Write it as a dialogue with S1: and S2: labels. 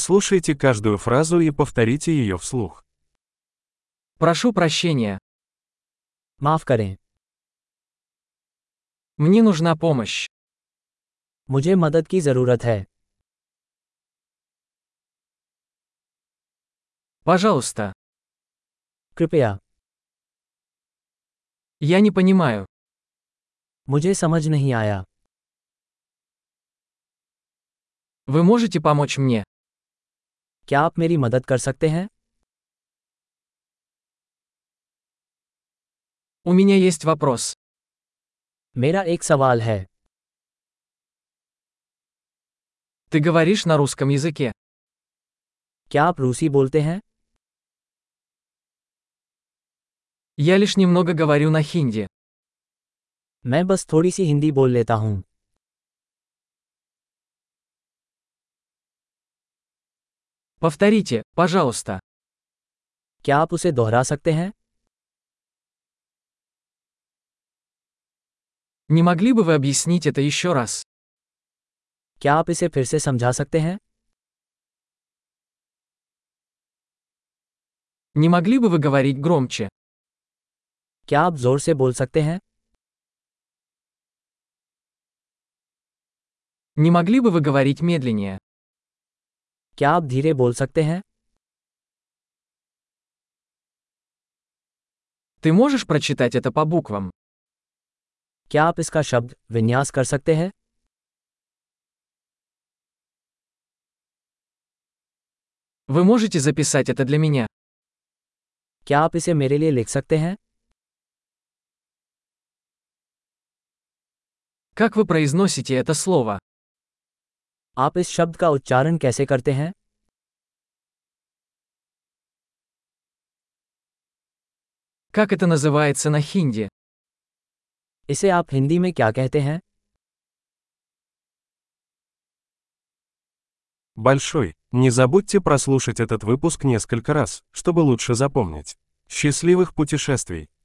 S1: Прослушайте каждую фразу и повторите ее вслух.
S2: Прошу прощения.
S3: माफ करें
S2: Мне нужна помощь.
S3: मुझे मदद की ज़रूरत है
S2: Пожалуйста.
S3: कृपया
S2: Я не понимаю.
S3: मुझे समझ नहीं आया
S2: Вы можете помочь мне?
S3: क्या आप मेरी मदद कर सकते हैं
S2: У меня есть вопрос.
S3: मेरा एक सवाल है
S2: Ты говоришь на русском языке?
S3: क्या आप रूसी बोलते हैं
S2: Я лишь немного говорю на хинди.
S3: मैं बस थोड़ी सी हिंदी बोल लेता हूँ
S2: Повторите, пожалуйста.
S3: क्या आप उसे दोहरा सकते हैं
S2: Не могли бы вы объяснить это еще раз?
S3: क्या आप इसे फिर से समझा सकते हैं
S2: Не могли бы вы говорить громче?
S3: क्या आप ज़ोर से बोल सकते हैं
S2: Не могли бы вы говорить медленнее?
S3: क्या आप धीरे बोल सकते हैं
S2: Ты можешь прочитать это по буквам?
S3: क्या आप इसका शब्द विन्यास कर सकते हैं
S2: Вы можете записать это для меня?
S3: क्या आप इसे मेरे लिए लिख सकते हैं
S2: Как вы произносите это слово?
S3: आप इस शब्द का उच्चारण कैसे करते हैं
S2: Как это называется на хинди?
S3: इसे आप हिंदी में क्या कहते हैं
S1: Большой. Не забудьте прослушать этот выпуск несколько раз, чтобы лучше запомнить. Счастливых путешествий!